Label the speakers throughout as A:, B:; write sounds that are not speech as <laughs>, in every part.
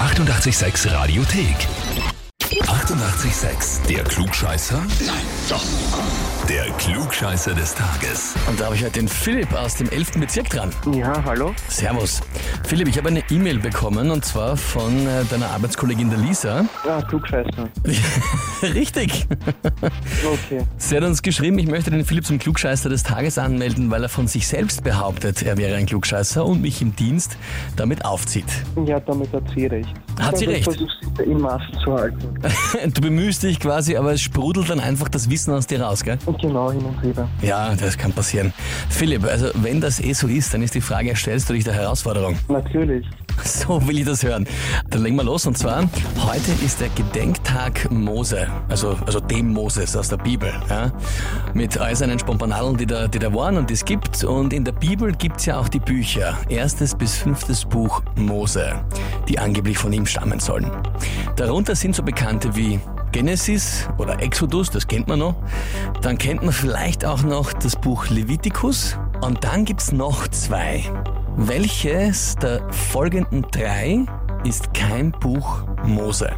A: 886 Radiothek. 88,6. Der Klugscheißer? Nein, doch. Der Klugscheißer des Tages.
B: Und da habe ich heute den Philipp aus dem 11. Bezirk dran.
C: Ja, hallo.
B: Servus. Philipp, ich habe eine E-Mail bekommen und zwar von äh, deiner Arbeitskollegin der Lisa.
C: Ah, Klugscheißer.
B: Richtig.
C: Okay.
B: Sie hat uns geschrieben, ich möchte den Philipp zum Klugscheißer des Tages anmelden, weil er von sich selbst behauptet, er wäre ein Klugscheißer und mich im Dienst damit aufzieht.
C: Ja, damit hat sie recht.
B: Hat sie
C: Also
B: recht?
C: Ich versuche sie im Maß zu halten.
B: Du bemühst dich quasi, aber es sprudelt dann einfach das Wissen aus dir raus, gell?
C: Und genau hin und wieder.
B: Ja, das kann passieren. Philipp, also wenn das eh so ist, dann ist die Frage, stellst du dich der Herausforderung?
C: Natürlich.
B: <laughs> So will ich das hören. Dann legen wir los und zwar, heute ist der Gedenktag Mose, also, also dem Moses aus der Bibel. Ja? Mit all seinen Spompanalen, die da, die da waren und die es gibt. Und in der Bibel gibt's ja auch die Bücher, erstes bis fünftes Buch Mose, die angeblich von ihm stammen sollen. Darunter sind so bekannte wie Genesis oder Exodus, das kennt man noch. Dann kennt man vielleicht auch noch das Buch Levitikus. Und dann gibt's noch zwei. Welches der folgenden drei ist kein Buch Mose?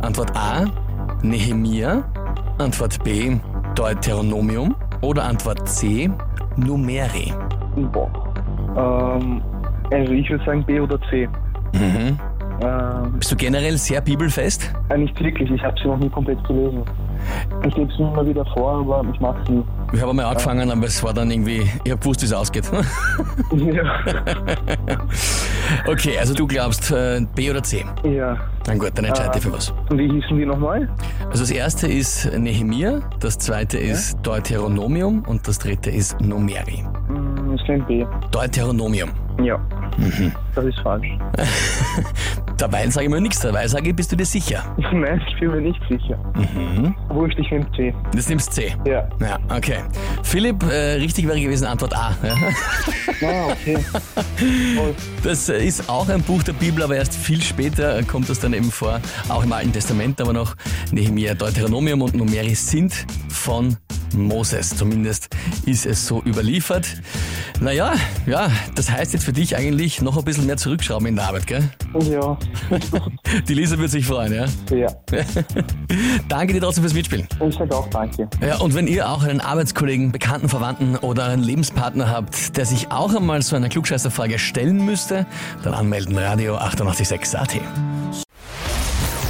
B: Antwort A, Nehemia. Antwort B, Deuteronomium. Oder Antwort C, Numeri.
C: Boah. Ähm, also ich würde sagen B oder C.
B: Mhm.
C: Ähm,
B: Bist du generell sehr bibelfest?
C: äh, nicht wirklich, ich habe sie noch nie komplett gelesen. Ich gebe es mir immer wieder vor, aber ich mache sie. <laughs>
B: Ich habe einmal angefangen, aber es war dann irgendwie, ich habe gewusst, wie es ausgeht. <laughs>
C: nie. Ja.
B: okay, also du glaubst äh, B oder C.
C: ja.
B: Na gut, dann entscheide dich für was.
C: Und wie hießen die nochmal?
B: Also das erste ist Nehemia, das zweite ist Deuteronomium und das dritte ist Numeri.
C: Hm, es klingt B.
B: Deuteronomium.
C: Ja.
B: Mhm.
C: Das ist falsch. <laughs>
B: Dabei sage ich mir nichts, dabei sage ich, bist du dir sicher?
C: Nein, ich bin mir nicht sicher.
B: Mhm.
C: Wurscht, ich nehme C.
B: Das nimmst C.
C: Ja.
B: Ja, okay. Philipp, äh, richtig wäre gewesen Antwort A. Ja.
C: Ah, okay. Voll.
B: Das äh, ist auch ein Buch der Bibel, aber erst viel später äh, kommt das dann eben vor, auch im Alten Testament, aber noch Nehemiah, Deuteronomium und Numeri sind von Moses. Zumindest ist es so überliefert. Naja, ja, das heißt jetzt für dich eigentlich noch ein bisschen mehr zurückschrauben in der Arbeit, gell?
C: Ja.
B: Die Lisa wird sich freuen, ja?
C: Ja.
B: Danke dir trotzdem fürs Mitspielen.
C: Ich sage auch Danke.
B: Ja, und wenn ihr auch einen Arbeitskollegen, Bekannten, Verwandten oder einen Lebenspartner habt, der sich auch einmal so einer Klugscheißerfrage stellen müsste, dann anmelden Radio 886 AT.